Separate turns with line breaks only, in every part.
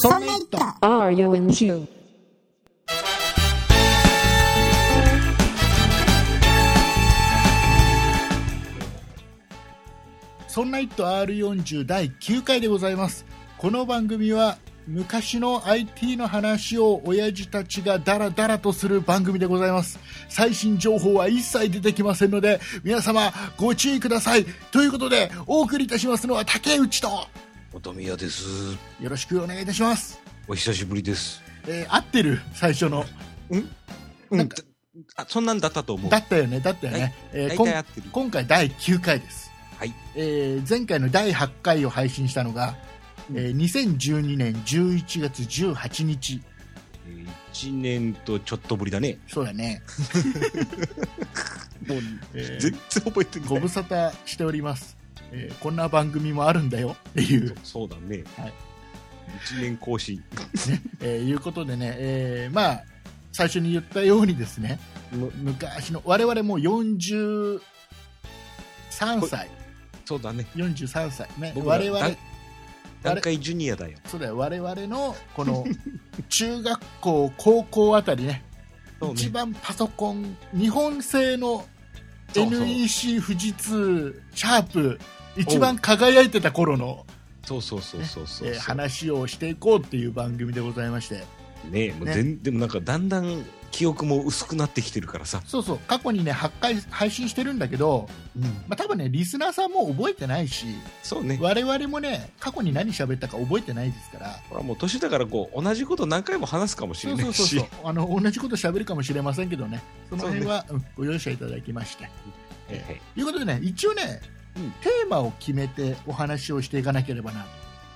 サメット
Are you in shoe?
そんな一途 R40 第9回でございます。この番組は昔の IT の話を親父たちがダラダラとする番組でございます。最新情報は一切出てきませんので、皆様ご注意ください。ということで、お送りいたしますのは竹内と、
音宮です。
よろしくお願いいたします。
お久しぶりです。
えー合ってる最初の。
うん
なんか
あ、そんなんだったと思う。
だったよね、だったよね。えー
大
こん
体合ってる。
今回第9回です。
はい。
えー前回の第8回を配信したのが、えー2012年11月18日。
えー一年とちょっとぶりだね。
そうだね。もう、えー
全然覚えてない。
ご無沙汰しております。 えーこんな番組もあるんだよっていう、
そうそうだね。
はい
一年更新。
えーいうことでね、えーまあ、最初に言ったようにですね、む昔の、我々もう43歳、
そうだね。
43歳、ね、
僕ら
我々
段、段階ジュニアだよ。
そうだよ我々のこ の中学校高校あたりね
そう
一
ね。
番パソコン日本製の
そうそう
NEC 富士通シャープ一番輝いてた頃の、
そうそうそうそうそう。
えー話をしていこうっていう番組でございまして
ねもう全、でもなんかだんだん記憶も薄くなってきてるからさ。
そうそう過去にね8回配信してるんだけど、まあ、多分ねリスナーさんも覚えてないし
そうね。
我々もね過去に何喋ったか覚えてないですから
ほらもう年だからこう、同じこと何回も話すかもし
そ
れ
う
な
そう
い
そうそ
し
う。あの同じこと喋るかもしれませんけどねその辺は、うんご容赦いただきまして
はいはい
ということでね一応ね、
うん
テーマを決めてお話をしていかなければな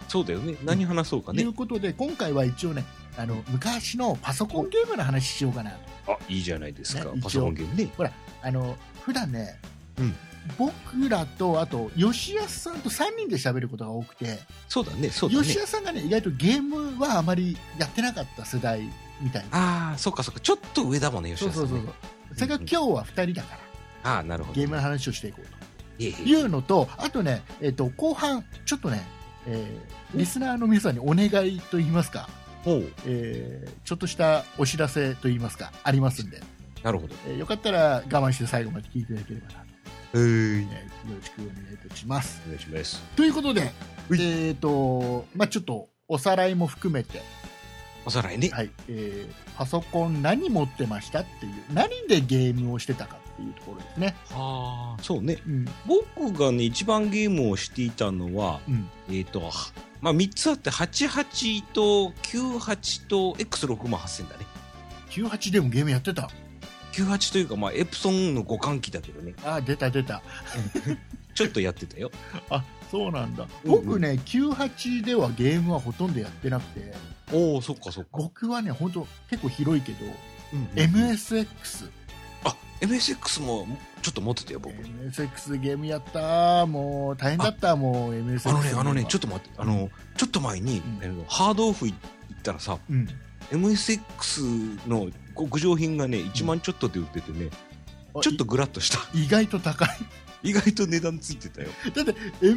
そうだよね。何話そう
と
か
い
ね
う。ことで、今回は一応ねあの昔のパソコンゲームの話しようかなと
あ、いいじゃないですか
ね。
パソコンゲームね。
あの普段ね、
うん
僕らとあと吉安さんと3人で喋ることが多くて、
そうだね、そうだね
吉。安さんがね意外とゲームはあまりやってなかった世代みたいな
ああ、そっかそっか。ちょっと上だもんね、
そ
吉
う
田さん
そ
ね。
うそうそうそれが今日は2人だから
ああ、なるほど。
ゲームの話をしていこうと。
いえいえ
いうのと、あとね、えっと後半、ちょっとね、えーリスナーの皆さんにお願いと言いますか、
ほう。
えーちょっとしたお知らせと言いますか、ありますんで、
なるほど。
えーよかったら我慢して最後まで聞いていただければなと、
はい。
えーよろしくお願いいたします。
お願いします。
ということで、
うい
えっ、と、まあちょっとおさらいも含めて、
おさらいね。
はいえーパソコン何持ってましたっていう、何でゲームをしてたかっていうところですね。
ああ、そうね。
うん、
僕がね、一番ゲームをしていたのは、
うん、
えっ、と、はまあ、3つあって、88と98と X6 万8000だね。
98でもゲームやってた。
98というか、まあ、エプソンの互換機だけ どね。
あー、出た出た。
ちょっとやってたよ。
あそうなんだ
うんうん
僕ね、98ではゲームはほとんどやってなくて
おお、そっかそっか。
僕はね本当結構広いけど、
うんうん
MSX
あ、MSX もちょっと持ってたよ、僕。
MSX ゲームやったーもう大変だったもう MSX
あのね、あのね、ちょ
っ
っと待って、あの、ちょっと前に、
うん
あのハードオフ行ったらさ、
と、うん、
MSX の極上品がね、1万ちょっとで売っててね、
あ
ちょっとグラッとした。
い意外と高い
意外と値段ついてたよ。
だって MSX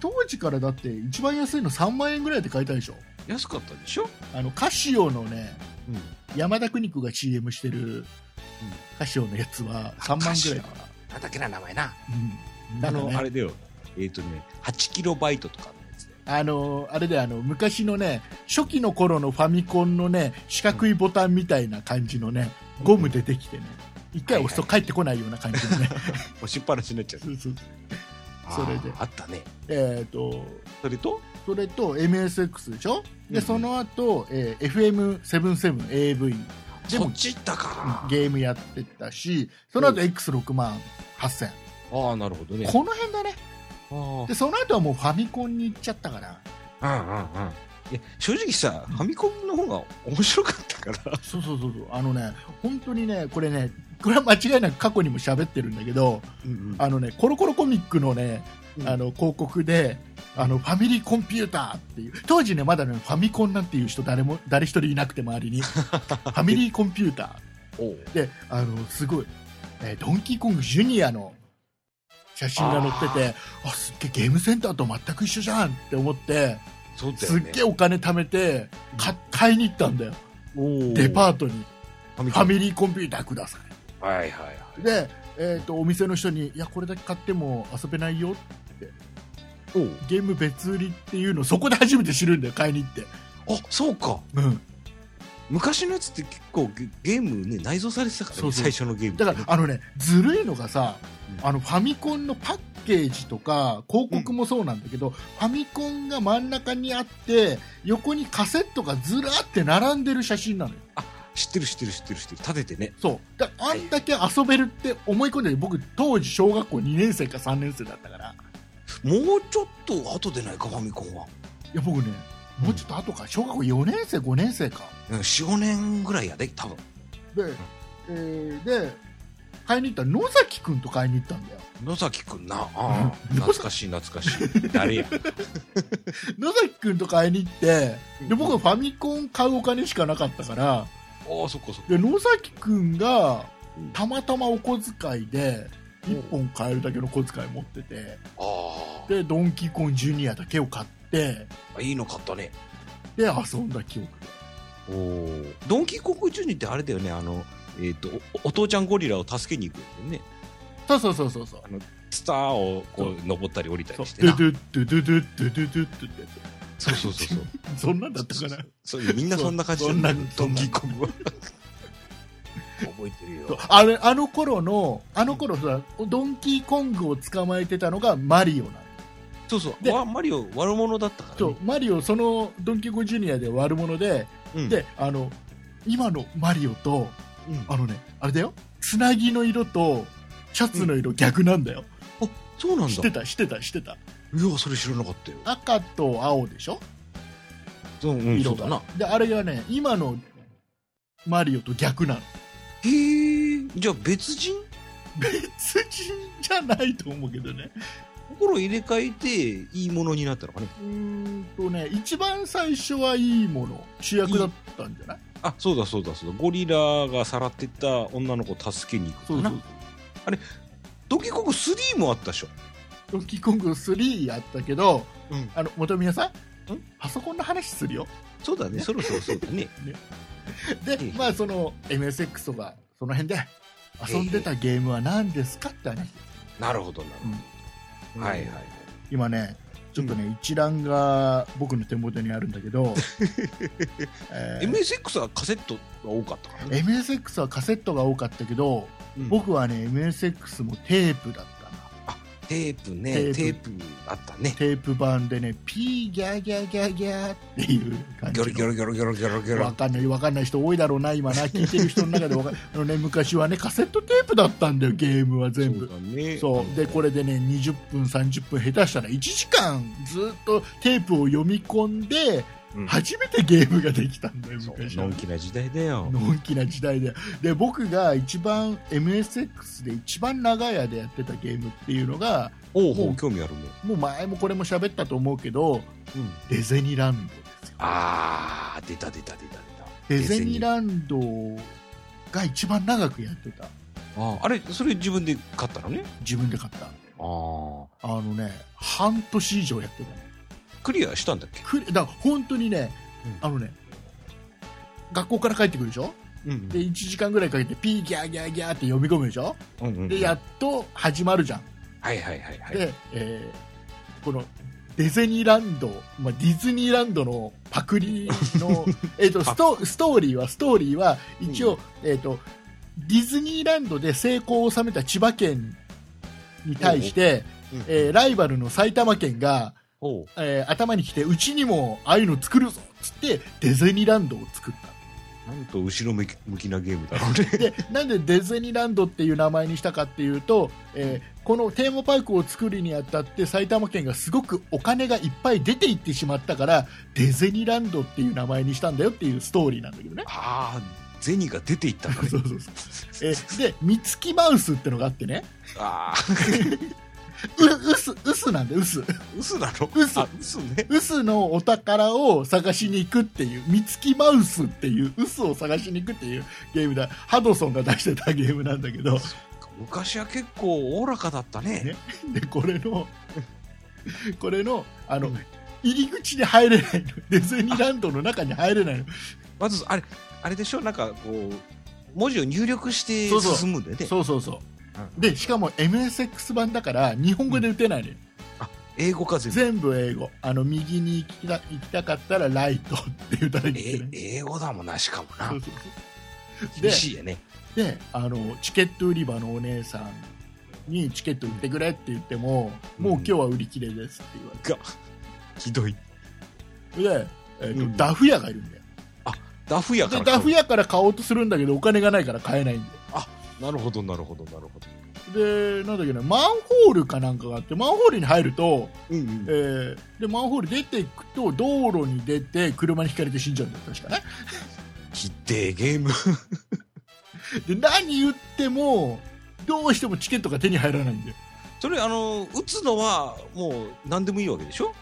当時からだって一番安いの3万円ぐらいで買えたでしょ
安かったでしょ
あのカシオのね
うん。
山田邦子が CM してるカシオのやつは3万ぐらいかな、
なんだっけな、名前な。
うんな
あ
んか
の、
ね
あれだよ。えっ、とね、8キロバイトとかのやつだよ。
あのあれであの昔のね初期の頃のファミコンのね四角いボタンみたいな感じのねゴムでできてね一回押すと帰ってこないような感じの ね
押しっぱなしになっちゃう。
そうそう
あ
それ
ー
で
あったね。
えっ、と
それと、
それと MSX でしょ
うん
でその後、えー FM77AV で
そ
も
っち行ったか。
ゲームやってたしその後 X6 万8000
ああ、なるほどね。
この辺だね
あー
でその後はもうファミコンに行っちゃったから
うんうんうん。いや正直さ、ファミコンの方が面白かったから。
そうそうそうそうあのね本当にねこれねこれは間違いなく過去にも喋ってるんだけど、
うん
あのね、コロコロコミックのね、
うん
あの広告で、あのファミリーコンピューターっていう、当時ね、 まだね、ファミコンなんていう人、誰も、誰一人いなくて、周りに、ファミリーコンピューターっ
おう
であのすごい、えードンキーコングジュニアの写真が載っててあすっげえゲームセンターと全く一緒じゃんって思って
そうだよ
す
ね
っげえお金貯めてか買いに行ったんだよ
おう
デパートに
ファミ
ファミリーコンピューターください
コンはいはいはい
で、えー、とお店の人にいやこれだけ買っても遊べないよ
おう
ゲーム別売りっていうのそこで初めて知るんだよ買いに行って、
あそうか
うん、
昔のやつって結構ゲゲームね内蔵されてたからね
そうそう
最初のゲーム
だからあのねずるいのがさ、
うん
あのファミコンのパッケージとか広告もそうなんだけど、ファミコンが真ん中にあって横にカセットがずらって並んでる写真なのよ
知ってる知ってる知ってる知ってる立ててね
そうだあんだけ遊べるって思い込んでる僕当時小学校2年生か3年生だったから
もうちょっと後でないかファミコンはい
や僕ねもうちょっと後か小学校4年生5年生か
うん45年ぐらいやで多分
で、えーで買いに行ったら野崎くんと買いに行ったんだよ
野崎くんなああ
うん
懐かしい懐かし い誰や
野崎くんと買いに行ってで僕はファミコン買うお金しかなかったから
ああそっかそっか
で野崎くんが
うん
たまたまお小遣いで1本買えるだけの小遣い持ってて
あ
でドンキーコンジュニアだけを買って
あいいの買ったね
で遊んだ記憶
おおドンキーコングジュニってあれだよねあのえっ、とおお父ちゃんゴリラを助けに行くんだよね
そうそうそうそうそう
ツターをこう登ったり降りた
そう
りして
ド
な
ゥドゥドゥドゥドゥドゥドゥドゥってや
そうそうそうそう
つそんなんだったかな
そうみんなそんな感じだよ
そ
ね
んな
ドンキーコングは覚えてる
そう
よ
あれあの頃のあの頃さドンキーコングを捕まえてたのがマリオなの
そうそう
で
わマリオ悪者だったから
そ
ね
うマリオそのドンキーコングジュニアで悪者で、
うん
であの今のマリオと
うん
あのねあれだよつなぎの色とシャツの色逆なんだよ、
そうなん
知
だ
ってた知ってた知ってた
いやそれ知らなかったよ
赤と青でしょ
そう,、うん、
色
そう
が、
だな
であれがね今のマリオと逆なの
へえじゃあ別人
別人じゃないと思うけどね
心入れ替えていいものになったのかね
うーんとね一番最初はいいもの主役だったんじゃない
あそうだそうだそうだゴリラがさらってった女の子を助けに行く
そうそうそう
ドンキーコング3もあったでしょ
ドンキーコング3やったけど、
うん
あの元宮さん
ん
パソコンの話するよ
そうだねそろそろそうだね
で
ええ
まあその MSX とかその辺で遊んでたゲームは何ですかって話
なるほどなるほど、はいはい
今ねちょっとね、一覧が僕の手元にあるんだけ ど、えー
MSX はカセットが多かったからね
MSX はカセットが多かったけど、
うん
僕はね MSX もテープだったな
テープね
テ
テ
ー
ー
プ
プあったね
テープ版でねピーギャーギャーギャーギャーっていう感
ギョ
じ
ロギョ
の
ロギョロギョロギョロギ
わ
ョロ
かんないわかんない人多いだろうな今な聞いてる人の中でわかんあの、ね、昔はねカセットテープだったんだよゲームは全部
そうだね
そうでこれでね20分30分下手したら1時間ずっとテープを読み込んで
うん
初めてゲームができたんだよ
そう
昔は
のんきな時代だよ
のんきな時代でで僕が一番 MSX で一番長い間やってたゲームっていうのが
おう
も
ほ
う
う興味あるもん、
もう前もこれも喋ったと思うけど
うん、
デゼニランドですよ
あー出た出た出た出た
デゼニランドが一番長くやってた
あーあれそれ自分で買ったのね
自分で買った
ああ
あのね半年以上やってたね
クリアしたんだっけ、
くれだから本当にね、
う
あのね学校から帰ってくるでしょ
うん
で1時間ぐらいかけてピーギャーギャーギャーって読み込むでしょ
うんうんうん
でやっと始まるじゃん
はいはいはいはい
で、えーこのディズニーランド、まあ、ディズニーランドのパクリの えーとストストーリーはストーリーは一応、えー、とディズニーランドで成功を収めた千葉県に対して、
うん
えーライバルの埼玉県が、
おう
えー頭にきてうちにもああいうの作るぞっつってディズニーランドを作った。
なんと後ろ向き向きなゲームだろうね
でなんでディズニーランドっていう名前にしたかっていうと、えーこのテーマパークを作るにあたって埼玉県がすごくお金がいっぱい出ていってしまったからディズニーランドっていう名前にしたんだよっていうストーリーなんだけどね、
ああ銭が出ていったん だね
そうそうえーで三月マウスってのがあってね
あ
う、うす、うすなんで、うす。
嘘だろ
嘘
あ、嘘ね。
うすのお宝を探しに行くっていう、ミツキマウスっていう、うすを探しに行くっていうゲームだ。ハドソンが出してたゲームなんだけど、
昔は結構おおらかだったね。
ねで、これの、これの、あの、
うん
入り口に入れないの。ディズニーランドの中に入れないの。
まず、あれ、あれでしょなんか、こう、文字を入力して
そうそう
進むんだよね。
そうそうそう。で、しかも MSX 版だから、日本語で打てないのよ。
英語か全
全
部。
部英語。あの、右に行きた行きたかったら、ライトって言ったらいいんですよね。
え英語だもんな、しかもな
そう。そうそうで
厳しいよね。
であのチケット売り場のお姉さんにチケット売ってくれって言っても、もう今日は売り切れですって言わ
が、ひどい。
れてで、えーと
うん
ダフ屋がいるんだよ
ダフやか
で
ら。
ダフ屋から買おうとするんだけどお金がないから買えないんだ
なるほど、なるほど、なるほど。
よでなんだっけなマンホールかなんかがあってマンホールに入ると、
うん
えーでマンホール出ていくと道路に出て車にひかれて死んじゃうんだよ確かね
ひでえゲーム。
で何言ってもどうしてもチケットが手に入らないんだよ
それ、あの、打つのは、もう、何でもいいわけでしょ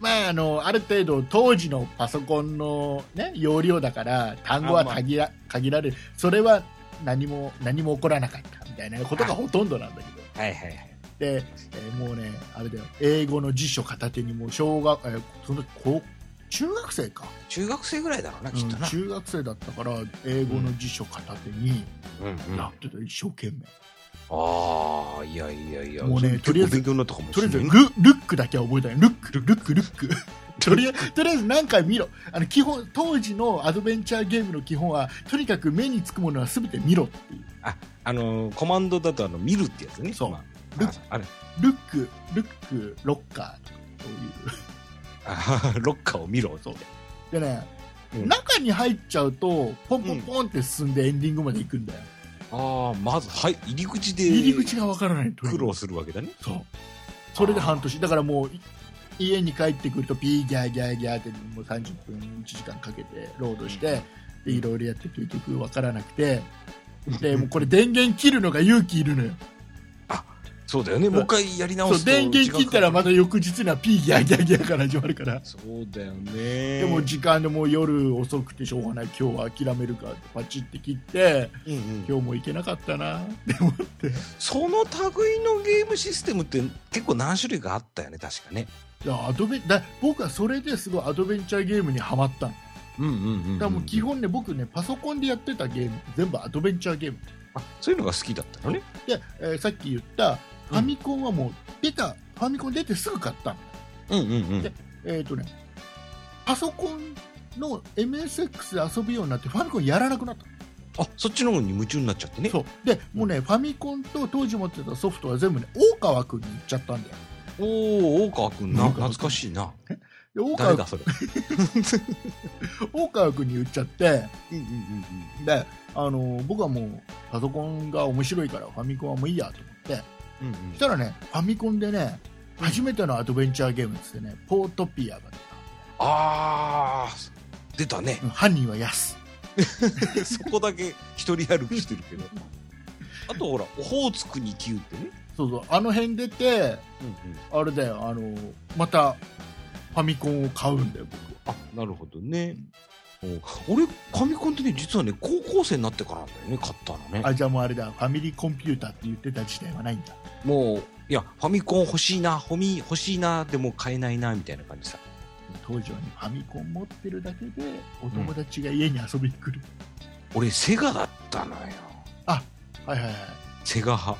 まあ、あのある程度当時のパソコンの、ね、容量だから単語は
あまあ
限ら,、限られるそれは何も何も起こらなかったみたいなことがほとんどなんだけど
はいはいはい。
で、えーもうねあれだよ英語の辞書片手にもう小学、えーその高中学生か、
中学生ぐらいだろうな、きっと
うん
な。
中学生だったから英語の辞書片手に
うんうん
や
あ
ってた一生懸命、
あ、いやいやいや。
もうね
それ
とりあえず
結構勉強になったかもし
とり
れ
あえ
な
ず
い
ル
ね。
ルックだけは覚えたいルックルックルッ クとりあえずとりあえず何回見ろあの基本当時のアドベンチャーゲームの基本はとにかく目につくものは全て見ろっていう
あの、コマンドだと、あの、見るってやつね。
そう
ま
ル
ああれ、
ルックルックロッカーとかそういう
あ ロッカーを見ろ。
そうでね、
うん
中に入っちゃうとポンポンポンって進んでエンディングまで行くんだよ、
ああ、まず、はい、入り口で。
入り口がわからないという
苦労するわけだね。
そうそれで半年だからもうい家に帰ってくるとピーギャーギャーギャーってもう30分1時間かけてロードしてでいろいろやってて結局わからなくてでもうこれ電源切るのが勇気いるのよ
そうだよね。もう一回やり直
そう
すと
電源切ったらま
だ。
た翌日にはピーギャーギャーギャーから始まるから
そうだよね。
でも時間でもう夜遅くてしょうがない今日は諦めるかってパチって切って
うんうん、
今日も行けなかったな
その類のゲームシステムって結構何種類かあったよね、確かね。
いやアドベンだ僕はそれですごいアドベンチャーゲームにはまったの
うんうんうん、
だからもう基本ね、僕ね、パソコンでやってたゲーム、全部アドベンチャーゲーム。
あそういうのが好きだったのね。
で、えーさっき言った、ファミコンはもう出た、ファミコン出てすぐ買ったの。
うんうんうん。
でえっ、とね、パソコンの MSX で遊ぶようになって、ファミコンやらなくなったの。
あそっちの方に夢中になっちゃってね。
そう。で、もうね、ファミコンと当時持ってたソフトは全部ね、大川くんに行っちゃったんだよ。
おお、大川君な、
大川
懐
君
かしいな。
で大川
誰だ、それ。
大川くんに言っちゃって、
うんうんうん
で、あの僕はもう、パソコンが面白いから、ファミコンはもういいやと思って、
うん。うんう
そし
ん
たらね、ファミコンでね、初めてのアドベンチャーゲームっつってね、ポートピアが出
ああ、出たね
た。う。ん犯人はヤス。
そこだけ一人歩きしてるけど。あとほら、オホーツクに生きうってね。
そうそう、あの辺出て、
うんうん。
あれだよ、あの、また、ファミコンを買うんだよ、僕は。
あなるほどね、お俺ファミコンってね実はね高校生になってからなんだよね買ったのね
あ、じゃあもうあれだ、ファミリーコンピューターって言ってた時代はないんだ。
もういやファミコン欲しいなファミ欲しいなでも買えないなみたいな感じさ
当時はね、ファミコン持ってるだけで、お友達が家に遊びに来る。
俺セガだったのよ
はいはいはい。
セガ派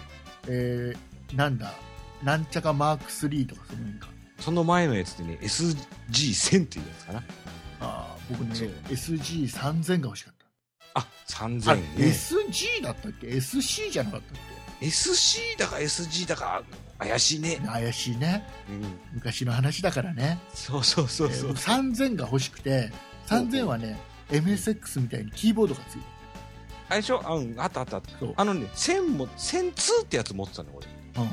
えー、なんだ、なんちゃかマーク3とかその辺か。
その前のやつでね SG1000 っていうやつかな
ああ、僕ね
そう、
SG3000 が欲しかった。
あ
あ
3000
れ
ね
SG だったっけ ?SC じゃなかったっ
SC だか SG だか怪しいね
け、怪しいね
うん、
昔の話だからね
そうそうそうそう、
えー3000が欲しくて3000はね MSX みたいにキーボードがついてる
あれでしょあ,、うん、あったあったあった
そう
あのね1000も1002ってやつ持ってたの俺
うん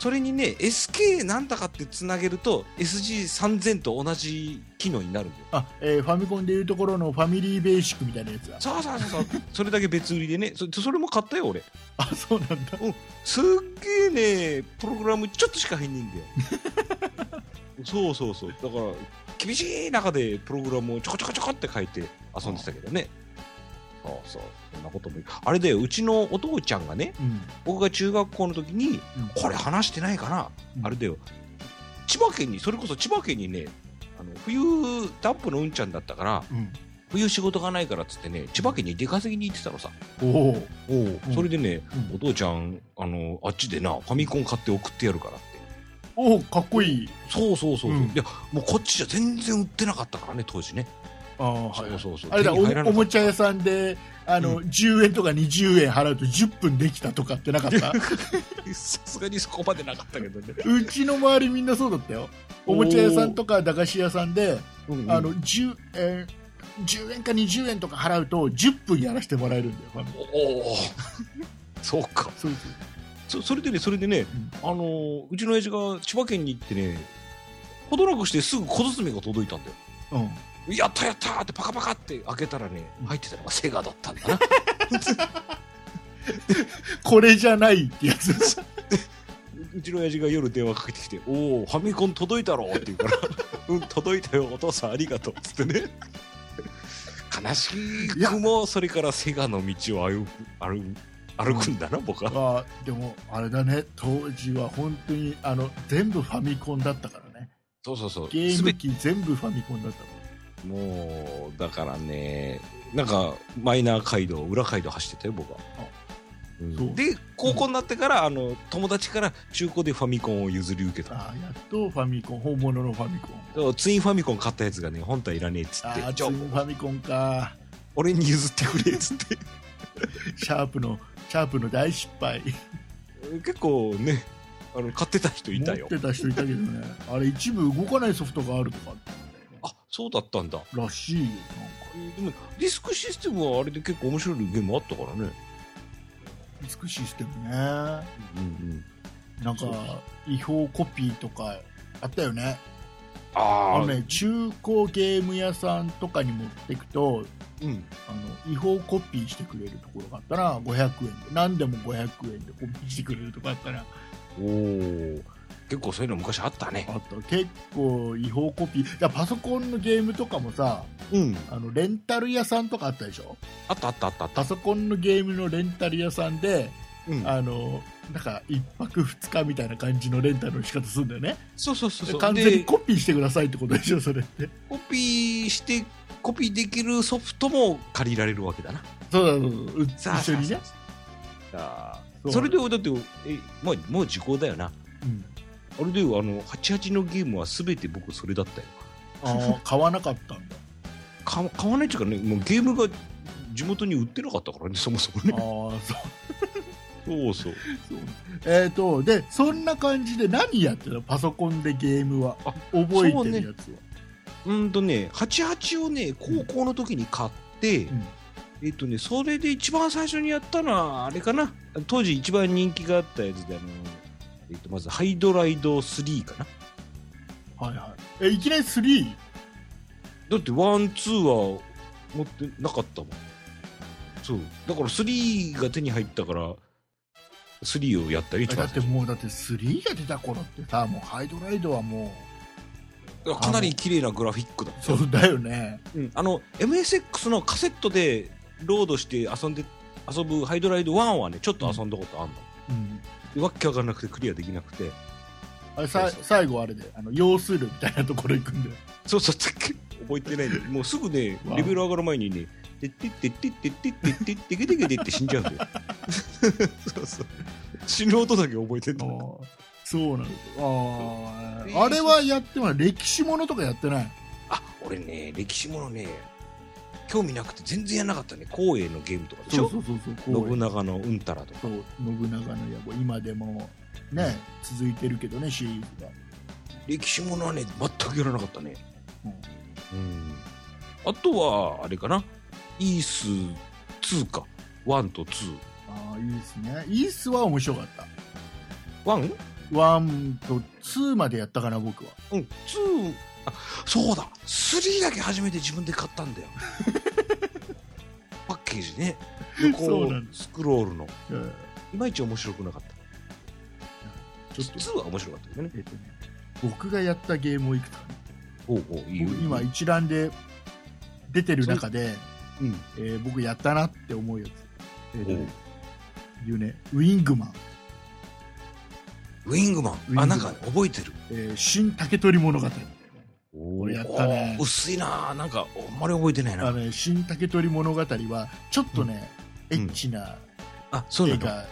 それにね SK なんだかってつなげると SG3000 と同じ機能になるんだよ
あ、えーファミコンでいうところのファミリーベーシックみたいなやつだ
そうそうそうそう それだけ別売りでねそそれも買ったよ俺
あそうなんだ
すっげえねプログラムちょっとしか入んねえんだよ そうそうそうだから厳しい中でプログラムをちょこちょこちょこって書いて遊んでたけどねそうそうそんなこともいいあれでうちのお父ちゃんがね
うん、
僕が中学校の時に
うん
これ話してないかな、
うん
あれだよ千葉県にそれこそ千葉県にねあの冬ダンプのうんちゃんだったから
うん
冬仕事がないからっつってね千葉県に出稼ぎに行ってたのさ
おお、
それでね、
うん
お父ちゃんあのあっちでなファミコン買って送ってやるからって
おおかっこいい
そうそうそうそう、
うん
いやもうこっちじゃ全然売ってなかったからね当時ね
ああはい
そうそうそう
あれだ
手に入らなか
お
った
おもちゃ屋さんであの、10円とか20円払うと10分できたとかってなかった
さすがにそこまでなかったけどね、
うちの周りみんなそうだったよおもちゃ屋さんとか駄菓子屋さんであ の 10, 円10円か20円とか払うと10分やらせてもらえるんだよファミ
おおそうか
そう
そそれでねそれでね、あのーうちの親父が千葉県に行ってね程なくしてすぐ小包が届いたんだよ
そううん
やったやったーってパカパカって開けたらね入ってたのがセガだったんだな
これじゃないってやつ
うちの親父が夜電話かけてきて「おおファミコン届いたろ」って言うから 「うん届いたよお父さんありがとう」っつってね悲しくもそれからセガの道を歩く歩歩くんだな僕は
あーでもあれだね当時は本当にあの全部ファミコンだったからね
そうそうそう
ゲ
す
ー
べ
ム機全部ファミコンだったもん
もうだからねなんかマイナー街道裏街道走ってたよ僕は
あ、
うん
そう
で高校になってから、あの友達から中古でファミコンを譲り受けた
あーやっとファミコン本物のファミコン
そうツインファミコン買ったやつがね本体いらねえっつっ
あ
て
あツ
じ
イ
ゃあ
ンファミコンか
俺に譲ってくれっつって
シャープのシャープの大失敗
結構ねあの買ってた人い
持
た
っ
よ
てた人いたけどねあれ一部動かないソフトがあるとかあったんだよね
あそうだったんだ
らしいよなんか
えーでもディスクシステムはあれで結構面白いゲームあったからね
美しいシステムねな
うんうん
んか違法コピーとかあったよねあ
ああ
のね中古ゲーム屋さんとかに持ってくと
うん
あの違法コピーしてくれるところがあったら500円で何でも500円でコピーしてくれるとこあったら
おお結構そういうの昔あったね
あった結構違法コピーじゃパソコンのゲームとかもさ
うん
あのレンタル屋さんとかあったでしょ
あったあったあったあった
パソコンのゲームのレンタル屋さんで
うん
あのなんか1泊2日みたいな感じのレンタルの仕方するんだよね
そうそうそうそう
完全に
で
コピーしてくださいってことでしょそれって
コピーしてコピーできるソフトも借りられるわけだな
そうだそう
さ
だ
あ
一緒にね
さあ
そう
それでだってえ、まあ、もう時効だよな
うん
あれでよあの88のゲームは全て僕それだったよ
ああ買わなかった んだ
か買わないっていうかねもうゲームが地元に売ってなかったからねそもそ
あ
もね
あそう
そうそう
そうえっ、とでそんな感じで何やってたのパソコンでゲームは
あ
覚え
そう
て
ね
るやつは
うんとね88をね高校の時に買って、
ん
えっとねそれで一番最初にやったのはあれかな当時一番人気があったやつであの、えっと、まずハイドライド3かな
はいはいえいきなり 3?
だってワンツーは持ってなかったもんそうだから3が手に入ったから3をやったよ一
だ
番
って
最初
もうだって3が出た頃ってさもうハイドライドはも
だからかなり綺麗なグラフィックだ
うそうだよね
うんあの MSX のカセットでロードして遊んで遊ぶハイドライド1はねちょっと遊んだことあんの、
うん
でわっけわかんなくてクリアできなくて
あれさ
そうそう
最後あれであの要するみたいなところ行くんだよ
そうそうつっけ覚えてないんだよもうすぐね
わあ
レベル上がる前にね「てってってってってってってってってけてけて」って死んじゃうんだよそうそう死ぬ音だけ覚えてんの
ああそうなんですよあ
そう
ああれはやってもない歴史ものとかやってない
あ俺ね歴史ものね興味なくて全然やんなかったね光栄のゲームとかでし
そう
ょ
そうそうそうこう
信長のうんたらとか
そう信長の野望今でもね続いてるけどねシリーズが
歴史ものはね全くやらなかったね
うん
うんあとはあれかなイース2か1と2
ああいいですねイースは面白かった
ワン
1と2までやったかな僕は
うん、ツーあそうだ、3だけ初めて自分で買ったんだよ。パッケー ジね、
そ
横
うなん
スクロールの、
うん
いまいち面白くなかった。
ちょっと
2は面白かったけどね。
えっとね僕がやったゲームをいくつかね
おうおういいよ
僕今
いいよ
一覧で出てる中で、
うん、
えー僕やったなって思うやつ、えーと
おう
ね言うねウィングマン、
ウィングマン、
ングマン
あ、なんか覚えてる。
えー新竹取物語
お
やったね
薄いななんかあんまり覚えてない
あの
な
ね新竹取物語はちょっとね、
う
エ
ん
ッチな
あそうな
絵
んだ
が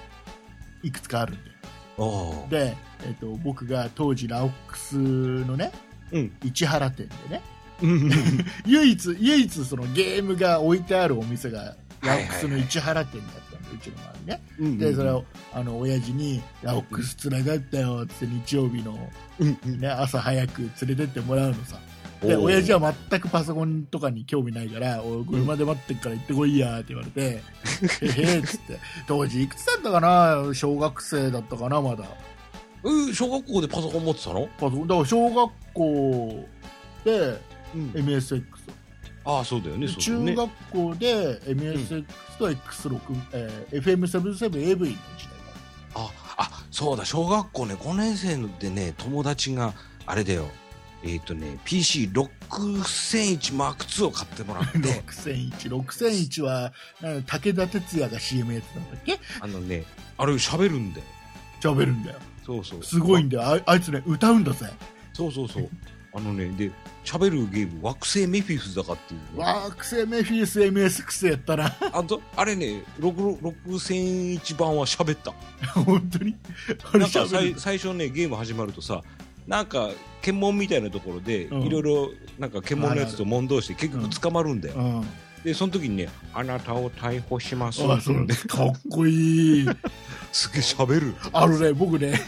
いくつかあるんで、
おおー
で、えっと僕が当時ラオックスのね
うん
市原店でね
うん
唯一唯一そのゲームが置いてあるお店がラオックス
はいはいは
の
い
市原店だったんで、うちの周りね
うん
でそれをあの親父に「ラオックスつながったよ」っつって日曜日の、
うんうん
ね、朝早く連れてってもらうのさで
おう
親父は全くパソコンとかに興味ないから「おい車で待ってっから行ってこいや」って言われ て「ええ」っつって当時いくつだったかな小学生だったかなまだ
えー小学校でパソコン持ってたの
パソコンだから小学校で MSX
ああそうだよねそうだ
中
よね
学校で MSX と X6、えー FM77AV の時代だ
ああそうだ小学校ね5年生のでね友達があれだよえっ、とね PC6001 マーク2を買ってもら って
6001、6001は、なんか武田鉄矢が CM やってたんだっけ
あのねあれ喋るんだよ
喋るんだよ。
そうそう
すごいんだよ。ああいつね、歌うんだぜ。
そうそうそうあのねで喋るゲーム惑星メフィスだかっていうね
ワークセメフィス MSX やったな。
あとあれね6001番は 喋った
本当に。あれ
なんか
喋
さ
る
い最初ねゲーム始まるとさなんか検問みたいなところで、
うん
いろいろなんか検問のやつと問答して結局捕まるんだよ、
うん。
でその時にね「あなたを逮捕します」
あ、そうなんです。かっこいい。
すげえ喋る
あのね、僕ね、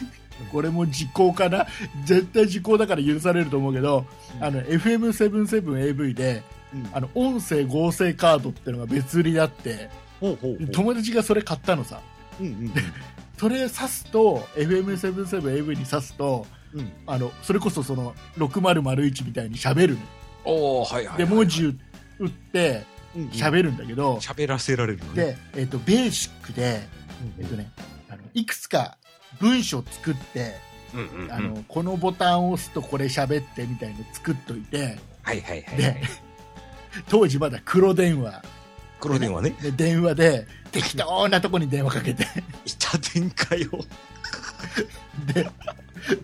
これも時効かな。絶対時効だから許されると思うけど、
うん
あの、FM77AV で、
うん
あの、音声合成カードってのが別売りあって、
ほうほうほう
友達がそれ買ったのさ。
うんうん
それ刺すと FM77AV に刺すと
うんうん
あのそれこそその6001みたいに喋るの
おおはいはいはい
で文字打って
うんうん
喋るんだけど、
喋らせられるのね
で、えっとベーシックで、えっとね、あのいくつか文章作って、
うんうんうん
あのこのボタンを押すとこれ喋ってみたいの作っといて
はいはいはいはい
で当時まだ黒電話
黒電話ね
で電話で適当なとこに電話かけて
いた展開を
で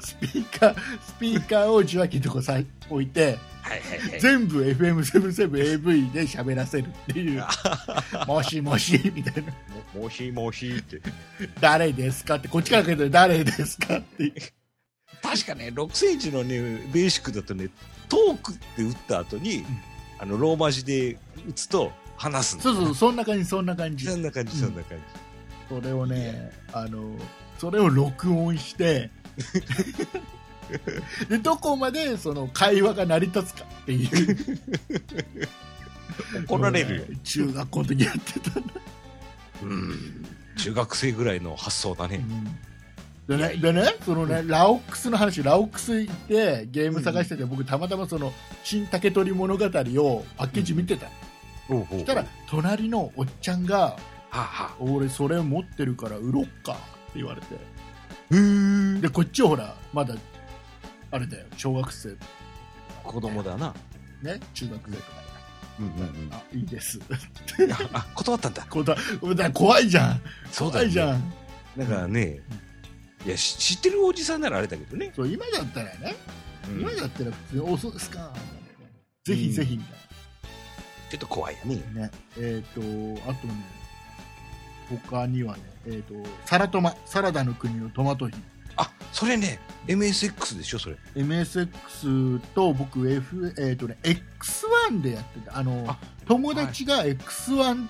スピーカースピーカーを受話器のとこさ置いて
はいはいはい
全部 FM77AV で喋らせるって いう、もしもしみたいな、
ももしもしって
誰ですかって、こっちから来ると誰ですかって、
確かね6センチのねベーシックだとねトークって打った後に、あのローマ字で打つと話すの
そうそう、そんな感じ、そんな感じ
そ、んな感じそんな感
それをね、あのそれを録音 して、でどこまでその会話が成り立つかっていう、
じ、怒られるよ、
中学校の時やってた、
うん、中学生ぐらいの発想だね、
でねでねそのね、ラオックスの話、ラオックス行ってゲーム探してて、僕、たまたまその新竹取物語をパッケージ見てた、
ほうほ
そ
う
したら隣のおっちゃんが
はあは
「俺それ持ってるから売ろっか」って言われて
あへー
でこっちをほらまだあれだよ小学生
子供だな、
ね中学生とかだか
うんうん
らあいいです
うん、ああ断ったんだ
こだだ怖いじゃん
そうだ
怖
よ
い
ね
じゃん
だからね、いやし知ってるおじさんならあれだけどね、
そう今だったらね、
うん
今
ちょ
だったら普通に「おそうですか」ぜひぜひみたい
っと怖いよね
なね、えっ、とあとね他にはねえっ、とサラトマサラダの国のトマト品
あそれね MSX でしょそれ
MSX と僕 F、えーとね、X1 でやってたあの
あ
友達が X1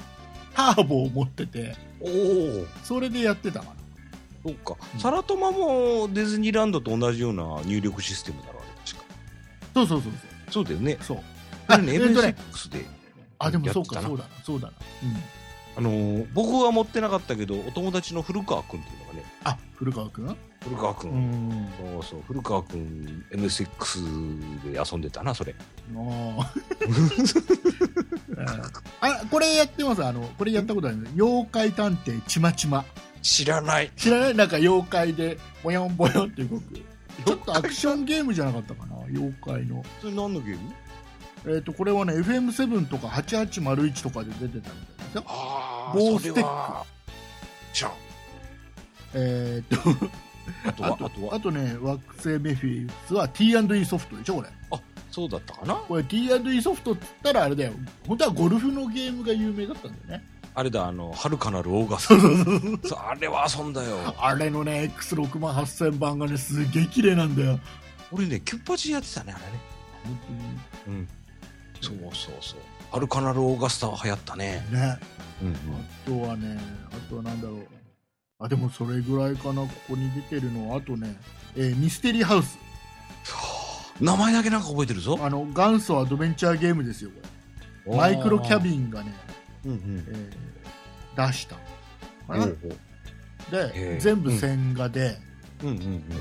ターボを持ってて、
おお
それでやってたかな
そうか、
うん
サラトマもディズニーランドと同じような入力システムだろあれ確か
そうそうそう
そうだよね
そうそう
あれね
えっとね
MSX で
あでもそう
や
か
ってたな
そうだなそうだな、
あのー僕は持ってなかったけどお友達の古川君っていうのがね
あ古川君
古川
う
君、
ん
そうそう古川君 MSX で遊んでたなそれ
あ ーあこれやってますあのこれやったことある妖怪探偵ちまちま
知らない
知らないなんか妖怪でボヨンボヨンって動くちょっとアクションゲームじゃなかったかな妖怪の
それ何のゲーム
えっ、とこれはね FM7 とか8801とかで出てたみたいですよ
あ
棒
あ
ステ
そ
ック
れは知らん
えっ、と
あとは
あ
あと
と
は
あとね惑星メフィスは T&E ソフトでしょこれ
そうだったかな
これ T&E ソフトっつったらあれだよ本当はゴルフのゲームが有名だったんだよね
あれだあの遥かなるオーガスタそうあれは遊んだよ
あれのね X6 万8000番がねすげえ綺麗なんだよ
俺ねキュッパチでやってたねあれね
本
うんそうそうそう遥かなるオーガスタは流行ったね
当にね
うんう
あ
ん
とはね、あとはなんだろう。あ、でもそれぐらいかな、ここに出てるのは。あとね、えーミステリーハウス。
名前だけなんか覚えてるぞ
あの、元祖アドベンチャーゲームですよ、これ。マイクロキャビンがね、
ンうん
えー出した。
う
か
ん
な
へ
で、
ー
全部線画で、
うんうん
え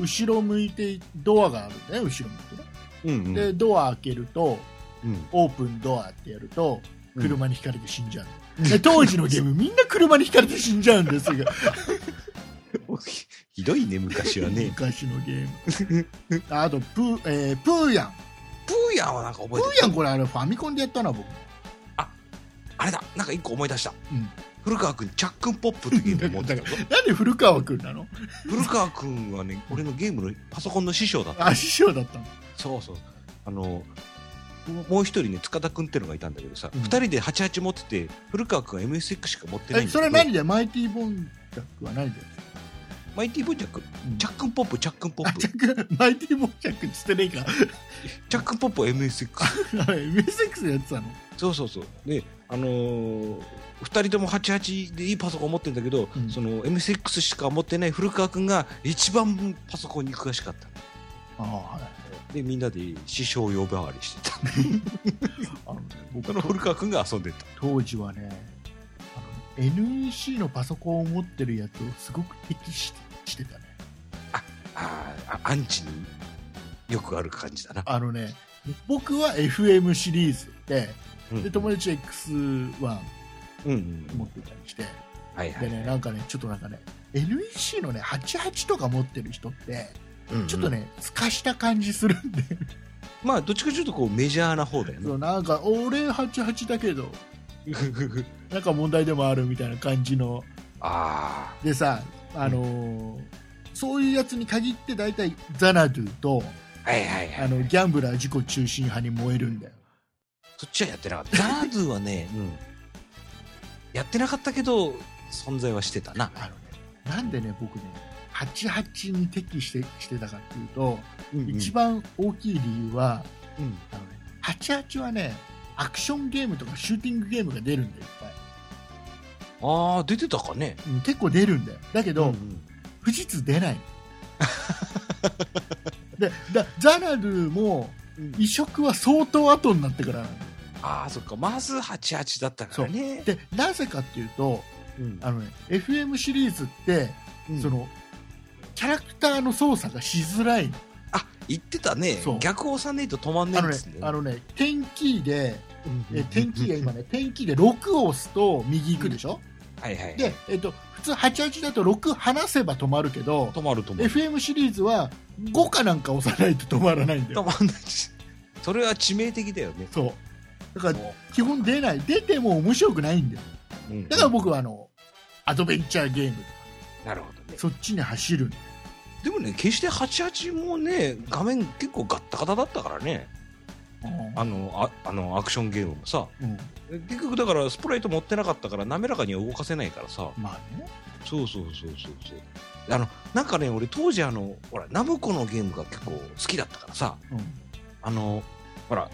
ー後ろ向いて、ドアがあるんだね、後ろ向いてね。
うんうん
で、ドア開けると、
うん
オープンドアってやると、
うん
車にひかれて死んじゃう。で当時のゲー ム、みんな車にひかれて死んじゃうんですが。
ひひ どいね昔はね
昔のゲームあとプー,、えープーヤン
プーヤンはなんか
プ
覚えてる
ーヤンこれあれファミコンでやったな僕
あれだなんか一個思い出した、
うん
古川君チャックンポップってゲーム持って たぞ
なんで古川君なの
古川君はね俺のゲームのパソコンの師匠だった
あ師匠だったの
そうそうあのもうもう一人ね塚田君っていうのがいたんだけどさ、
う
二
ん
人で88持ってて古川君は MSX しか持ってない
え
んだけど
それ何でマイティボンジャックは何で
マイティボンジャックチャックンポップチャックンポッ
あ
プ
ジ
チ
ャックマイティボンジャックつってねえか
ャックンポップは MSX
あれ MSX でやってたの
そうそうそうであのー、2人とも88でいいパソコン持ってるんだけど、
うん
その MSX しか持ってない古川君が一番パソコンに詳しかった
ああはい
でみんなで師匠呼ばわりし てた
あの、ね、
そ
僕
の
の
古川君が遊んでた
当時はねあの NEC のパソコンを持ってるやつをすごく敵視してしてたね
あーあアンチによくある感じだな
あのね僕は FM シリーズで
うん
で友達 X1
うんうん
持ってたりして
はいは
で
い、
ねなんかねちょっとなんかね NEC のね88とか持ってる人って
うんうん
ちょっとね透かした感じするんで
まあどっちかというとこうメジャーな方だよ
そ
ね
うなんか俺88だけどなんか問題でもあるみたいな感じの
あ
でさあのーそういうやつに限って大体ザナドゥと
あはいはいはい
あのギャンブラー自己中心派に燃えるんだよ
そっちはやってなかったザードゥ はね、やってなかったけど存在はしてたな
あのねなんでね僕ね88に敵視してしてたかっていうと、一番大きい理由は
うん
あのね、88はね、アクションゲームとかシューティングゲームが出るんだよ、いっ
ああ出てたかね
ぱい。うん、結構出るんだよ。だけど、
ん
富士通出 ない。でだザナルも
うん
移植は相当後になってからなんだよ
ああそっかまず88だったからね
でなぜかっていうと
うん
あの、ね、FM シリーズって、
うん
そのキャラクターの操作がしづらいの
あ言ってたね
そう
逆押さねえと止まんね
あ
えん
の
で
ね
すね
あのね点キーで、
うん
え点キーが今 ね点キーで6を押すと右行くでしょ、
はいはい
で、えっと、普通88だと6離せば止まるけど
止まる止まる
FM シリーズは5かなんか押さないと止まらないんだ
止
よ
まんないしそれは致命的だよね
そうだから
も
基本出ない出ても面白くないんだよ
ううん
だから僕はあのアドベンチャーゲームとか
なるほどね
そっちに走るんだよ
でもね決して88もね画面結構ガッタガタだったからねあのああのアクションゲームもさ
うん、
結局だからスプライト持ってなかったから滑らかには動かせないからさ
まあね
そうそうそうそうそうあのなんかね俺当時あのほらナムコのゲームが結構好きだったからさ
うん
あのほら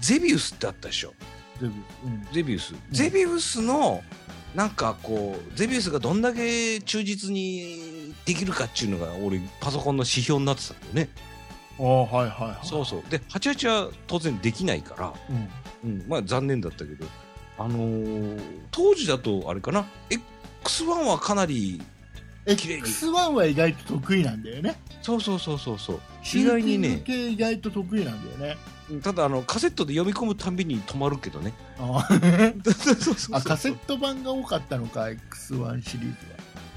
ゼビウスってあったでしょ
全部うん
ゼビウス、ゼビウスのなんかこうゼビウスがどんだけ忠実にできるかっていうのが俺パソコンの指標になってたんだよね
ああはいはいはい
そうそうで88は当然できないから
うん
うん、まあ残念だったけど、あのー当時だとあれかな X1 はかなり綺麗に
X1 は意外と得意なんだよね
そうそうそうそうそう
シ
意
ュー
外
ティ
に
ング
ね
系意外と得意なんだよね
ただあのカセットで読み込むたんびに止まるけ どね
あ
そうそうそう
あカセット版が多かったのか X1 シリーズは、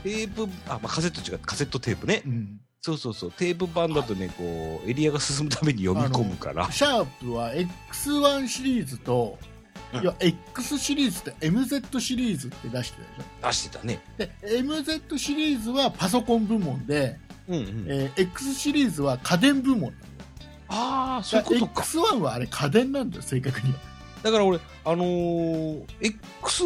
テープあ、まあ、カセット違うカセットテープね
うん、
そうそうそうテープ版だとねこうエリアが進むために読み込むから
シャープは X1 シリーズと、
うん
いや X シリーズと MZ シリーズって出してたでしょ
出してたね
で MZ シリーズはパソコン部門で、
うんうん
えー X シリーズは家電部門
ああそういうことか
X1 はあれ家電なんだよ正確には
だから俺あのー X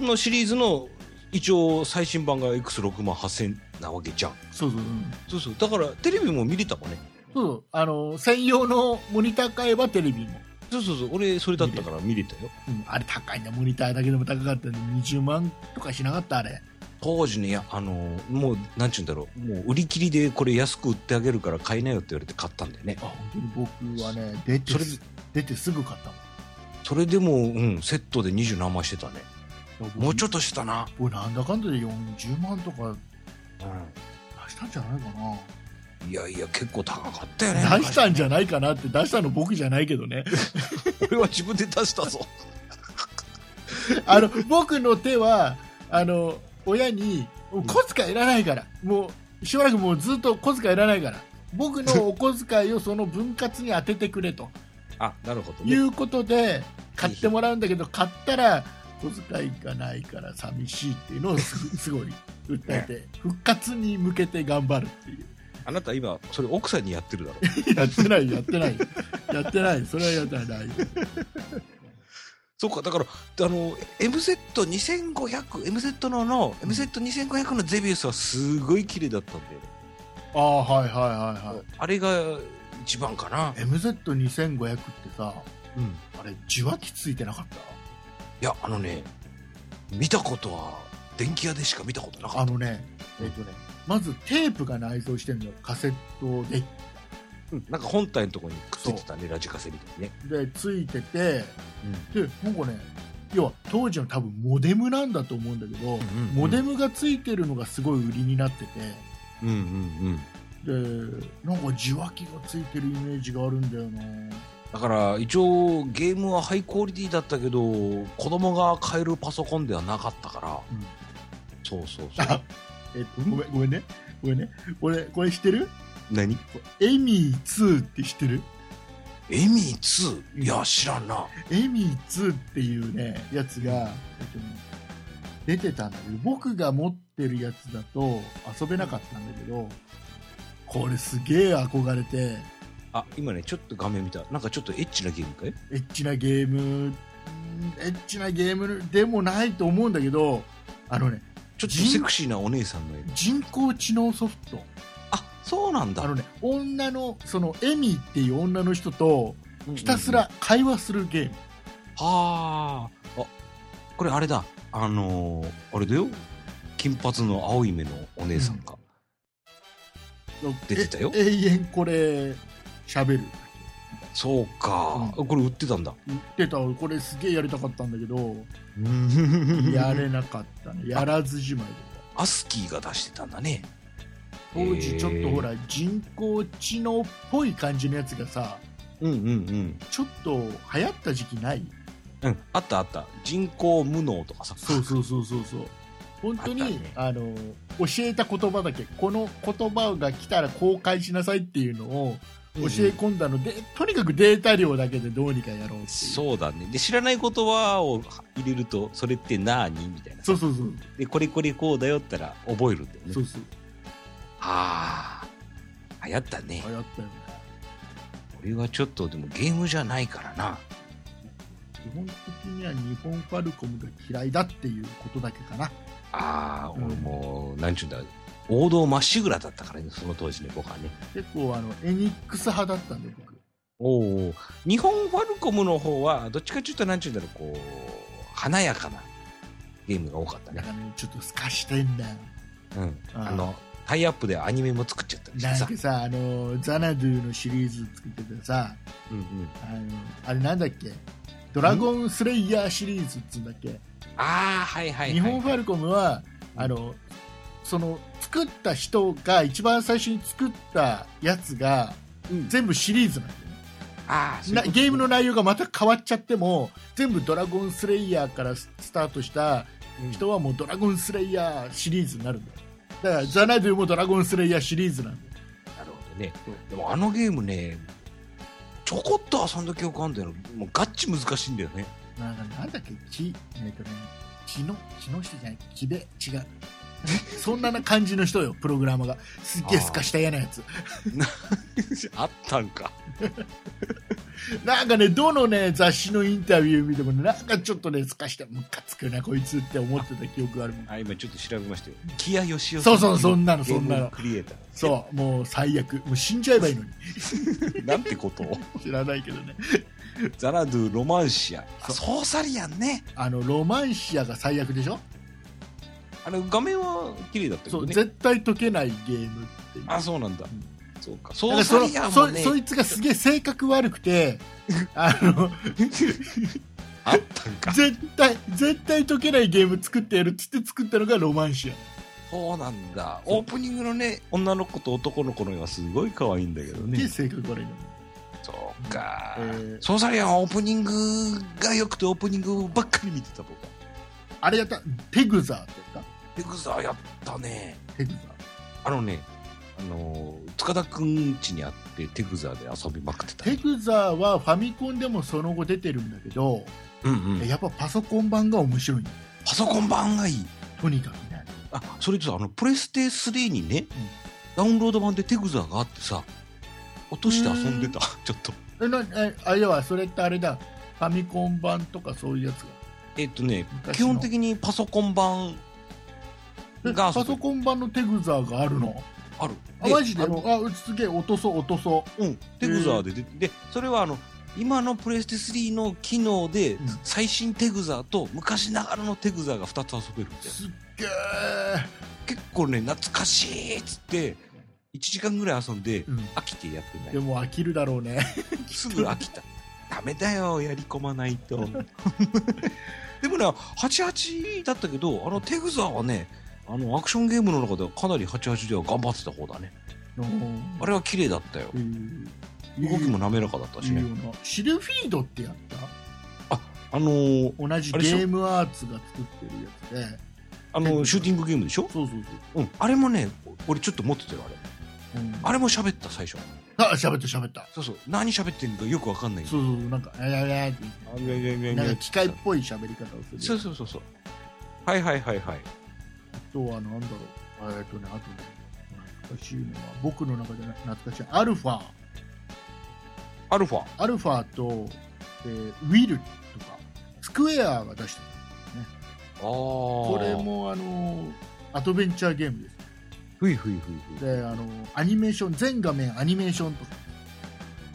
のシリーズの一応最新版が X6 万8000なわけじゃん
そうそう、うん
そうそうだからテレビも見れたもんね
そうそうあの専用のモニター買えばテレビも、
そうそうそう俺それだったから見れたよ
うん、あれ高いんだモニターだけでも高かったんで20万とかしなかったあれ
当時ねいやあのーもうなんちゅうんだろうもう売り切りでこれ安く売ってあげるから買いなよって言われて買ったんだよね
あ本当に僕はね出て
それ
出てすぐ買ったもん
それでもうんセットで二十何万してたねもうちょ
っ
っとしてたな
となんだかんだで40万とか
うん
出したんじゃないか
いやいや、結構高かったよね。
な出したんじゃないかなって出したの僕じゃないけどね
俺は自分で出したぞ。
あの僕の手はあの親にもう小遣いいらないからもうしばらくもうずっと小遣いいらないから僕のお小遣いをその分割に当ててくれと
あ、なるほど
い
ね。
うことで買ってもらうんだけど買ったら小遣いがないから寂しいっていうのをす ぐすごい訴えて復活に向けて頑張るっていう
あなた今、それ奥さんにやってるだろ。
やってないやってないやってないそれはやってない
そうか、だから、あの、MZ2500、MZ のの、MZ2500 のゼビウスはすごい綺麗だったんだよね。
ああはいはいはいは
あれが一番かな。
い MZ2500 ってさ
うん。い
あれ受話器ついてなかった
や、あのね、見たことは、電気屋でしか見たことなか
あ
っ
のねえっとねまずテープが内蔵してるのよカセットで
た。うんなんか本体のところにくっついてたね、ラジカセみたいにね。
でついててでなんかね要は当時の多分モデムなんだと思うんだけど、
ん
モデムがついてるのがすごい売りになってて
うんうんうん。
でなんか受話器がついてるイメージがあるんだよな
だから一応ゲームはハイクオリティだったけど子供が買えるパソコンではなかったから、
うん
そうそうそ
あ
う
えっとごめんごめんねごめんねこれこれ知ってる
何
エミー2って知ってる
エミー 2? いや知らんな
エミー2っていうねやつが、えっとね、出てたんだけど僕が持ってるやつだと遊べなかったんだけどこれすげえ憧れて
あ今ねちょっと画面見たなんかちょっとエッチなゲームかい
エッチなゲームんエッチなゲームでもないと思うんだけどあのね
ちょっと
人
セクシーなお姉さんの絵
人工知能ソフト
あそうなんだ
あのね女のそのエミっていう女の人とひたす
うんうん
ら会話するゲーム、
はああこれあれだあのーあれだよ金髪の青い目のお姉さんか、出てたよ
え永遠これ喋る
そうか、これ売ってたんだ
言ってたこれすげえやりたかったんだけど やれなかったねやらずじまいで
アスキーが出してたんだね
当時ちょっとほ
へ
ら人工知能っぽい感じのやつがさ
うんうんうん
ちょっと流行った時期ない
うんあったあった人工無能とかさ
そうそうそうそうそう本当に
あ
あ、
ったね
の教えた言葉だけこの言葉が来たら公開しなさいっていうのを
う
教
ん
え
うん
込んだので、とにかくデータ量だけでどうにかやろうっていう
そうだねで知らない言葉を入れるとそれって何みたいな
そうそうそう
でこれこれこうだよったら覚えるんだよね
そうそう
ああ流行ったね
流行ったよね
俺はちょっとでもゲームじゃないからな
基本的には日本ファルコムが嫌いだっていうことだけかな
ああ
うん
俺もうなんちゅうんだ王道まっしぐらだったからねその当時ね僕はね
結構あのエニックス派だったんで僕
おうおう日本ファルコムの方はどっちかちょっとなんちゅうんだろうこう華やかなゲームが多かった
な
ね
んかねちょっと透かしてんだよ
うん、
あ
あのタイアップでアニメも作っちゃったりして
なん
さ
か、さあのザナドゥのシリーズ作っててさ
うんうん、
あのあれなんだっけドラゴンスレイヤーシリーズっていうんだっけ、
ああ、はいはいはい。
日本ファルコムはあのその作った人が一番最初に作ったやつが
うん
全部シリーズなんだよね
ああ、
なゲームの
の、
内容がまた変わっちゃっても全部「ドラゴンスレイヤー」からススタートした人はもう「ドラゴンスレイヤー」シリーズになるんだよだから「ザ・ナイド」も「ドラゴンスレイヤー」シリーズなんだよ
なるほどね。でもあのゲームね、ちょこっと遊んだ記憶あるんだよな。もうガッチ難しいんだよ ね。
なんかなんだっけ木えっとね木の木の人じゃない木で違う そんな感じの人よプログラマーがすっげえすかした嫌なやつ
あったんか。
なんかねどのね雑誌のインタビュー見てもねなんかちょっとねすかしてムカつくなこいつって思ってた記憶があるもん
あ、今ちょっと調べましたよ。キアヨシオ
そうそうそんなのそんなの
ゲームクリエイター。
そうもう最悪もう死んじゃえばいいのに
う。なんて ことを。
知らないけどね
ザラドゥ・ロマンシア。あソーサリアンね。
あのロマンシアが最悪でしょ、
あれ、画面は綺麗だったけ
そ
ど
う
ね。
絶対解けないゲームっていう
あ、そうなんだ。そうか。
だ
ソ
か
ー
らそ
サ
の
リアン
そ
もね。
そいつがすげえ性格悪くてあの
あったんか。
絶対絶対解けないゲーム作ってやるっつって作ったのがロマンシア
そうなんだ。オープニングのね、女の子と男の子の絵はすごい可愛いんだけど
で
ね。
性格悪いの、
そうか。
えー
ソーサリアンはオープニングが良くてオープニングばっかり見てた僕は。
あれやったテグザーってやっ
エグザやったね。
たテグザ
あのね、あのー塚田くん家にあってテグザで遊びまくってた。
ーテグザーはファミコンでもその後出てるんだけど
うんうん。
やっぱパソコン版が面白いんだよ
パソコン版がいい。
とにかくね
あ、それとさ、あの、プレステ3にね、ダウンロード版でテグザがあってさ、落として遊んでた。 ちょっと。
えなえあ要はそれってあれだファミコン版とかそういうやつが
えっとね、
昔
基
の
本的にパソコン版
え
が
パソコン版のテグザーがあるの
ある。
あマジで
あ
あ
の
あすげえ落とそう落とそ
うん、テグザーで出て、で、それはあの、今のプレステ3の機能で、
うん
最新テグザーと昔ながらのテグザーが2つ遊べるんで
う、すっげえ
結構ね、懐かしいっつって、1時間ぐらい遊んで、
うん
飽きてやって
で
ない。
も飽きるだろうね
すぐ飽き た。ダメだよ、やり込まないと。 でもね、88だったけど、あのテグザーはね、あのアクションゲームの中ではかなり88では頑張ってた方だね。
うん
あれは綺麗だったよ。
うん
動きも滑らかだったし
いいよ
ね。
なシルフィードってやった
あのー、
同じゲ
あれでしょ
ームアーツが作ってるやつで
あ
テグ
の
ザ
シューティングゲームでしょ、
そうそう
うん、あれもね俺ちょっと持ってたよあれ
そう、うん、
あれも喋った最初
あ喋った喋った
そうそう何喋ってんのかよくわかんない
そうそうなんか「あやや」って
あいやいやいやいや
なんか機械っぽい喋り方をする
そうそうそうそうはいはいはいはい
あとはなんだろうえっとねあとね懐かしいのは僕の中でな懐かしいアルファ
アルファ
アルファと、えーウィルとかスクエアが出してるこ
こ
れもあのーアドベンチャーゲームです
ふいふいふいふい
であのーアニメーション全画面アニメーションとか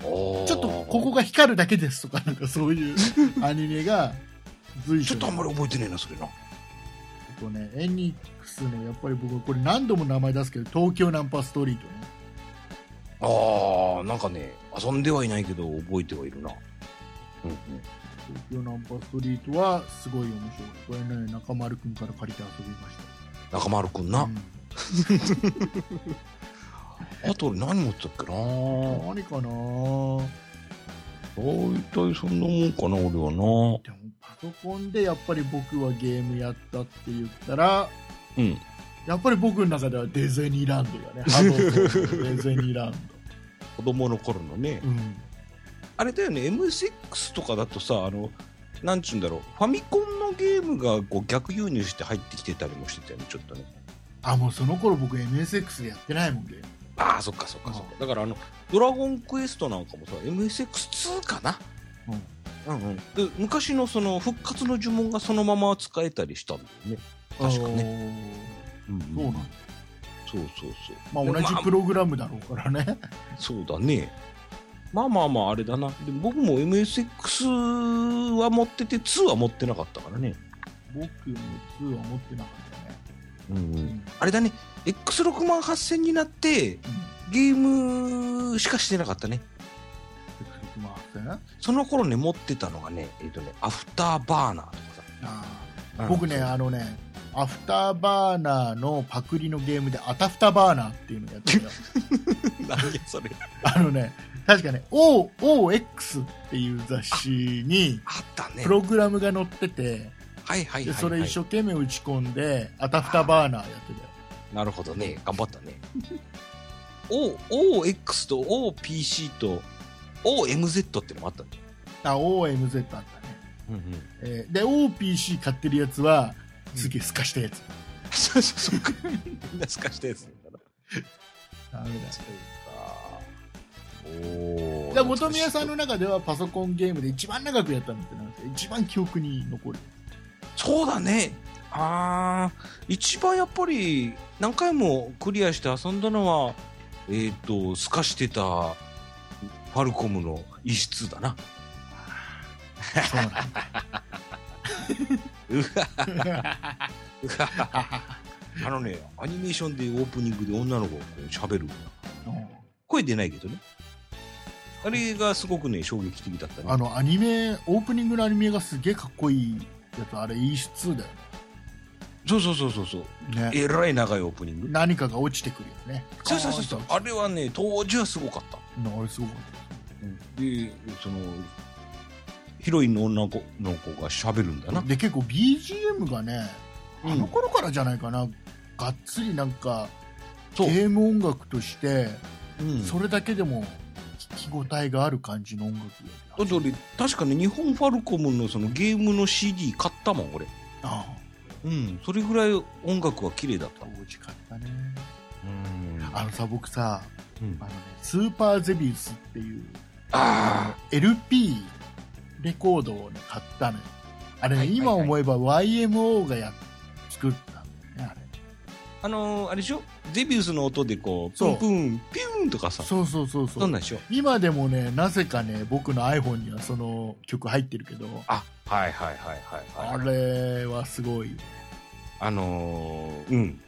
ちょ
ちょっとここが光るだけですとかなんかそう いうアニメが随
ち
所
ょっ
に
とあんまり覚えてねえなそれな
あとねエニックスのやっぱり僕はこれ何度も名前出すけど東京ナンパストリートね
あーなんかね遊んではいないけど覚えてはいるなうんうん
東京ナンパストリートはすごい面白いこれね中丸くんから借りて遊びました
中丸くんな、
うん
あと俺何持ってたっけな
何かなぁ
大体そんなもんかな俺はな
でもパソコンでやっぱり僕はゲームやったって言ったら
うん
やっぱり僕の中ではディズニーランドだねハドソンのディズニーラン
子供の頃のね、
ド、うん、
あれだよね M6 とかだとさあのなんちゅうんだろうファミコンのゲームがこう逆輸入して入ってきてたりもしてたよねちょっとね
あもうその頃僕 MSX でやってないもんゲーム
ああそっかそっかそっかだからあの「ドラゴンクエスト」なんかもさ MSX2 かな、うんうんで昔のその復活の呪文がそのまま使えたりしたんだよね、確か
ね
うん
そうなんだ、
そうそうそう
まあ、
で
同じプログラムだろうからね、
そうだね。まあまあまあ、あれだな。でも僕も MSX は持ってて、2は持ってなかったからね。
僕も2は持ってなかったね、
うん
うん
あれだね。X6 万8000になって、ゲームしかしてなかったね。
まあ、な
その頃ね持ってたのがねえっ、とねアフターバーナーとか
あ
さ
ー僕ねあのねアフターバーナーのパクリのゲームでアタフタバーナーっていうのやってた よ
何やそれ
あのね確かね OOX っていう雑誌に
あったね
プログラムが載ってて
はいはいはい、は
で
い、
それ一生懸命打ち込んでアタフタバーナーやってたよ
なるほどね頑張ったね O- OX と OPC と OMZ ってのもあったね
あ OMZ あったね、
うんうん
えーで OPC 買ってるやつはすげえすかしたやつ、
そうそうそうかみんなすかしたやつなんだな
ダメだ
そうかおお
じゃあ元宮さんの中ではパソコンゲームで一番長くやったのってなんですか一番記憶に残る
そうだねあー一番やっぱり何回もクリアして遊んだのはえっ、とすかしてたファルコムの一室だな
そうなんだ
うわうわあのねアニメーションでオープニングで女の子がこう喋る声出ないけどねあれがすごくね衝撃的だったね
あのアニメオープニングのアニメがすげえかっこいいやつあれ E2 だよ
そうそうそうそうそう
ねね
えらい長いオープニング
何かが落ちてくるよね
そうそうそうそうあれはね当時はすごかった
あれすごかっ
でそのヒロインの女の子の子が喋るんだ
た
な、
で結構 BGM がねあの頃からじゃないかな、がっつりなんか
そう、
ゲーム音楽として
うん、
それだけでも聞き応えがある感じの音楽
だって俺確かね日本ファルコムのそのゲームの CD 買ったもん俺
ああ
うんそれぐらい音楽は綺麗だっ
当
た
時買ったね
うん
あのさ僕さ
うん
あの、ね、スーパーゼビウスっていう
あ
LP レコードを、ね、買ったのよあれね、
はいはいはい
今思えば YMO がやっ作ったんだよねあれ
ーあのーあれでしょゼビウスの音でこうプ
そう
ンプンピューンとかさ
そうそうそうそ
そん
う
なんでしょ
今でもねなぜかね僕の iPhone にはその曲入ってるけど
あはいはいはいはいはい
あれはすごい
あのーうん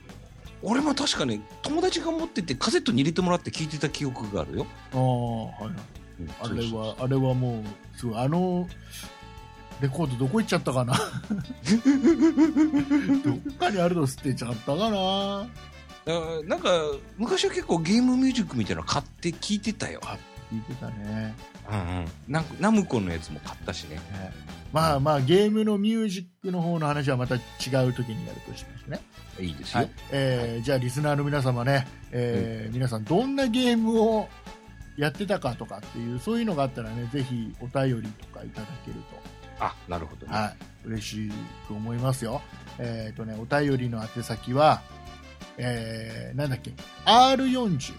俺も確かね友達が持っててカセットに入れてもらって聞いてた記憶があるよ、
ああはいはい
うん
あ
そう
れ
そうそう
はあれはもうすごいあのレコードどこ行っちゃったか などっかにあるの捨てちゃったかな
あなんか昔は結構ゲームミュージックみたいなの買って聞いてたよ、
聞いてたね
うんうん、なんかナムコのやつも買ったしね
ねまあまあゲームのミュージックの方の話はまた違う時にやるとしましてね、
いいですよ、
はいえーじゃあリスナーの皆様ね、えー皆さんどんなゲームをやってたかとかっていうそういうのがあったらねぜひお便りとかいただけると
あなるほどねは
はい、嬉しく思いますよ。えっ、とね、お便りの宛先は、えー、なんだっけ、R40、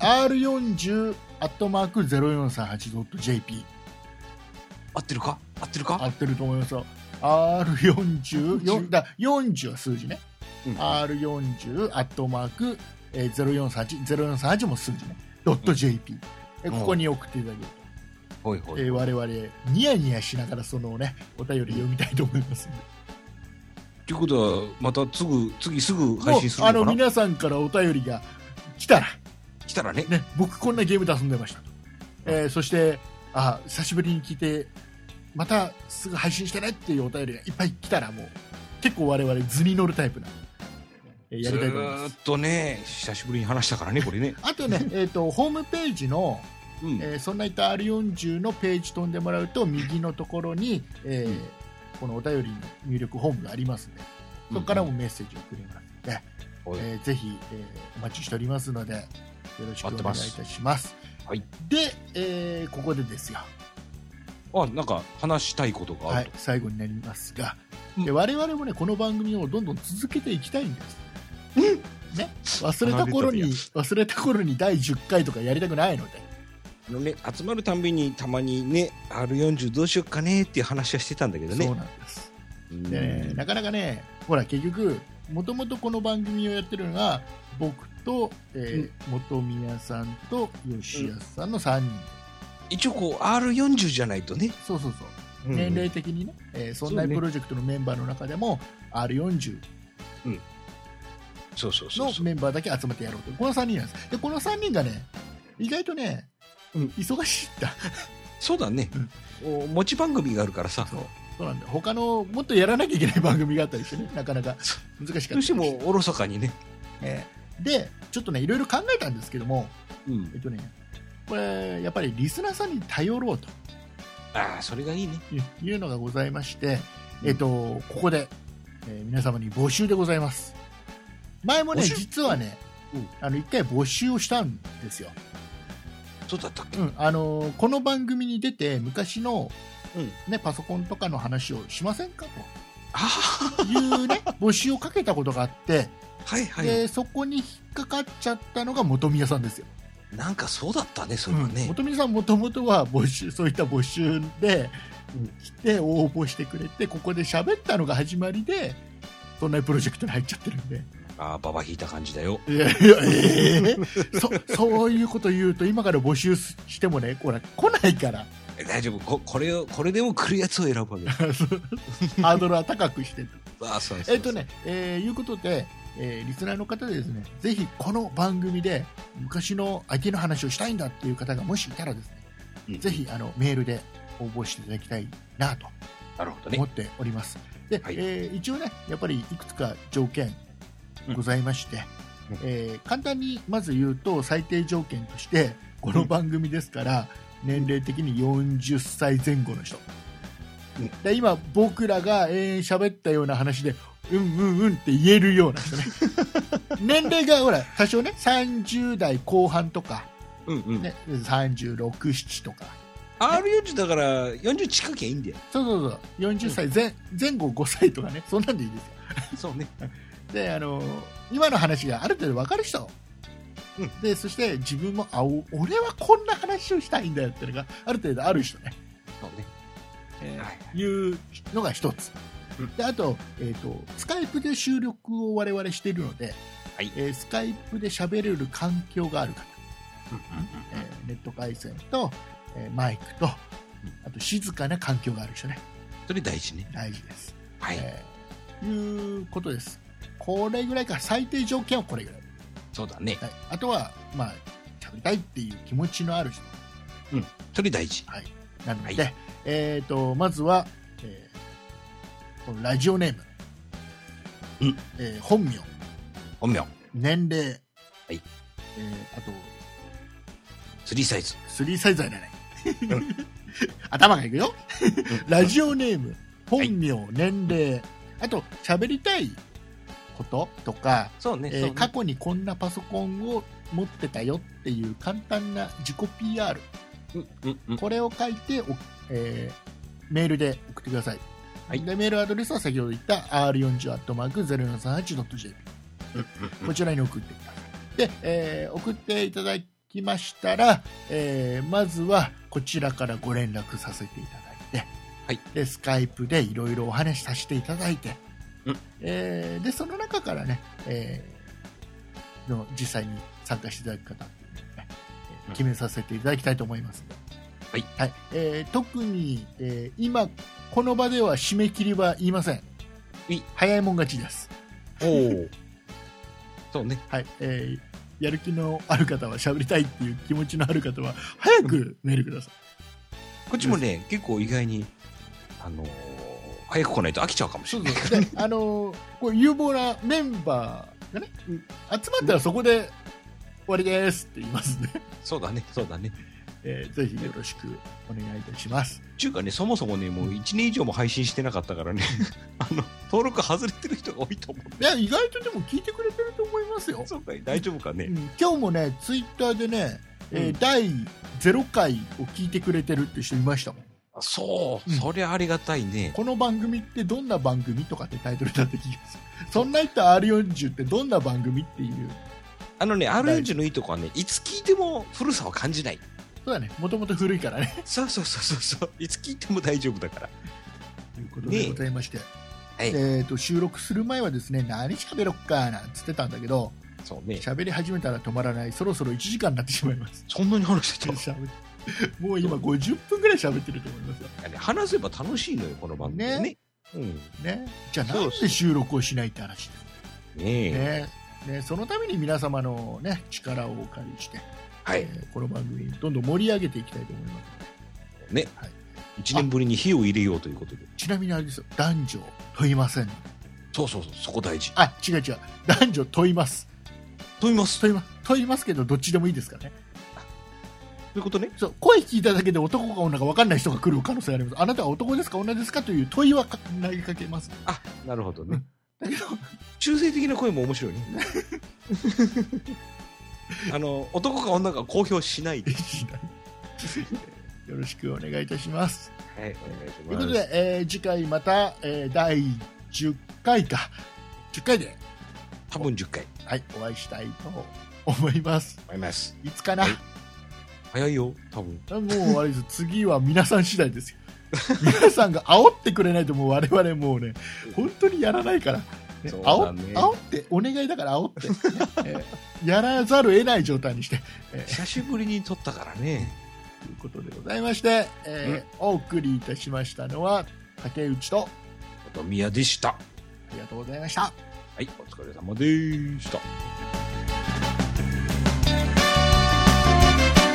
R40、アットマーク 0438.jp、
合ってるか合ってるか
合ってると思いますよ。R40、よだ40は数字ね。
うん
R40、アットマーク、えー、0438、0438も数字ね。ドット .jp、えここに送っていただけると。
ほいほい、
えー我々ニヤニヤしながらそのねお便り読みたいと思いますんで
ということはまたすぐ次すぐ配信する
も
の
う
か
あの
な
皆さんからお便りが来たら、
来たらね
ね、僕こんなゲームで遊んでましたと、えーそしてあ久しぶりに聞いてまたすぐ配信してねっていうお便りがいっぱい来たらもう結構我々図に乗るタイプなんで、えーやりたいと思いま
ず
す
ーっとね久しぶりに話したからねこ れね
あとね、えー、とホームページの
うん、
えーそんな板 R40 のページ飛んでもらうと右のところに、えーこのお便りの入力ホームがありますのでそこからもメッセージをくれますので、
ほい
えーぜひ、えーお待ちしておりますのでよろしくお願いいたします
はい
で、えーここでですよ、
あなんか話したいことがあ
は
る
い
と、、
最後になりますが、
うん
で我々もねこの番組をどんどん続けていきたいんです、ね、忘れた頃に
離れ
忘れた頃に第10回とかやりたくないので
あのね集まるたんびにたまにね R40 どうしよっかねっていう話はしてたんだけど
そう
ね
なんです
うん
でね、なかなかね、ほら、結局、もともとこの番組をやってるのが、僕と、えー元宮さんと吉安さんの3人、
一応こう R40 じゃないとね、
そうそうそう、年齢的にね、えーそんな
そうね
プロジェクトのメンバーの中でも、R40
そうそうそう
の
そう
メンバーだけ集めてやろうと、この3人なんです。で、この3人がね、意外とね、
うん
忙しいんだ。
そうだね、お持ち番組があるからさ
そう そうなんだ他のもっとやらなきゃいけない番組があったりしてねなかなか難しかった
どうしてもおろそかにね、
ええでちょっとねいろいろ考えたんですけどもえっとねこれやっぱりリスナーさんに頼ろうと
ああそれがいいね
いういうのがございまして、えっと、ここで、えー皆様に募集でございます前もね
募集
実はね、
うん
あの一回募集をしたんですよ、
そうだったっけ、
うんあのーこの番組に出て昔の、
うん
ね、パソコンとかの話をしませんか
あ
と
あ
いう ね募集をかけたことがあって、
はいはい
でそこに引っかかっちゃったのが本宮さんですよ
なんかそうだったねそれはね、
本宮さんもともとは募集そういった募集で
うん
来て応募してくれてここで喋ったのが始まりでそんなプロジェクトに入っちゃってるんで
ああババ引いた感じだよ
いやいや、えーそそういうこと言うと今から募集すしてもねこれ来ないから
え大丈夫ここれをこれでも来るやつを選ぶわけ
ハードルは高くしてる
ああそうそうそう
えっとね、えーいうことで、えーリスナーの方でですねぜひこの番組で昔の IT の話をしたいんだっていう方がもしいたらですね
うん
ぜひあのメールで応募していただきたいなと
なるほど
思
ね
っております。で、
はい
えー一応ね、やっぱりいくつか条件
うん
ございまして、
うん
えー簡単にまず言うと、最低条件として、この番組ですから、年齢的に40歳前後の人。
うん
で今、僕らが永遠喋ったような話で、うんうんうんって言えるような人 ね。年齢がほら、多少ね、30代後半とか、
うんうん、
ね、36、7とか、
R40 だから40近きゃいいんだよ
そうそうそう、40歳前,、前後5歳とかね、そんなんでいいですよ。
そうね
であの今の話がある程度分かる人、
うん
でそして自分もあお俺はこんな話をしたいんだよっていうのがある程度ある人ね、
そうねはい
いうのが一つ、
うん
であと,、えー、とスカイプで収録を我々しているので、
はい
えースカイプで喋れる環境がある方、え
うん
ーネット回線と、えーマイクとあと静かな環境がある人ね
それ大事ね
大事です、
はい、
えーいうことですこれぐらいか最低条件はこれぐらい
そうだね
はい、あとは、まあ、食べたいっていう気持ちのある人
それ大事
なので、
は
えー、とまずは、えーこのラジオネーム、
うん
えー本名
本名
年齢、
い
えーあと
3サイズ
3サイズはいらない 頭がいくよラジオネーム本名、年齢あと喋りたいこととか、
そうね
えー過去にこんなパソコンを持ってたよっていう簡単な自己 PR
うんうんうん
これを書いてお、えーメールで送ってください、
はい
でメールアドレスは先ほど言った r40.0438.jp こちらに送ってくださいで、えー送っていただきましたら、えーまずはこちらからご連絡させていただいて、
はい
でスカイプでいろいろお話しさせていただいて、
うん
えーでその中からね、えーの実際に参加していただく方っていうのをねえー決めさせていただきたいと思いますので
はい
えー特に、えー今この場では締め切りは言いません
い
早いもん勝ちです
おおそうね
はい、えーやる気のある方は喋りたいっていう気持ちのある方は早くメールくださ
こっちもね結構意外にあのー早く来ないと飽きちゃうかも
い。
し
そ
れ
う
ない
そう。で、 あのーこう有望なメンバーがね、集まったらそこで終わりですって言いますね。
そうだねそうだね
えーぜひよろしくお願いいたします。
ちゅうかねそもそもねもう1年以上も配信してなかったからね あの登録外れてる人が多いと思う
いや、意外とでも聞いてくれてると思いますよ。
そうかい大丈夫か
う
ね
ん、今日もね、ツイッターでね、えー
うん
第0回を聞いてくれてるって人いましたもん。
あそう、
うん
そりゃありがたいね
この番組ってどんな番組とかってタイトルだって聞きまする。 そんな人 R40 ってどんな番組っていう。
あのね R40 のいいとこはねいつ聞いても古さは感じない
そうだね、もともと古いからね。
そうそうそうそうそういつ聞いても大丈夫だから
ということでございまして、
はい、
えー、と収録する前はですね、何喋ろっかなんつってたんだけど、
そうね
喋り始めたら止まらない、そろそろ1時間になってしまいます。
そんなに話してたの
喋ってもう今50分ぐらい喋ってると思いますよ。
いやね話せば楽しいのよこの番組ね
ね
うんね
ね、じゃあ
そ
な
うんそう
で収録をしないって話です
え
ね。ねそのために皆様の、ね、力をお借りして、
はい
えーこの番組どんどん盛り上げていきたいと思いますので
ね、
はい
1年ぶりに火を入れようということで
ちなみにあれですよ男女問いません
そうそうそうそこ大事
あ違う違う男女問います
飛びますと
問います問いますけどどっちでもいいですからね
いうことね
そう声聞いただけで男か女か分かんない人が来る可能性がありますあなたは男ですか女ですかという問いはか投げかけます
あなるほど
う
ね
んだけど
中性的な声も面白い ねあの男か女か公表しないで、
しないよろしくお願いいたします
はい、お願いし
ということで、えー次回また、えー第10回か10回で、
多分10回
はい、お会いしたいと思います
思います
いつかな、
はい早いよ多分
もうあれです次は皆さん次第ですよ 皆さんが煽ってくれないともう我々もうね本当にやらないから、ね
そうだ
煽
ね
煽ってお願いだから煽って、 ねえーやらざるを得ない状態にして
久しぶりに撮ったからね
ということでございまして、えーお送りいたしましたのは竹内と
あと宮でした
ありがとうございました
はいお疲れ様でした
そんな糸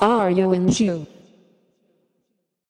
Are you in Jew?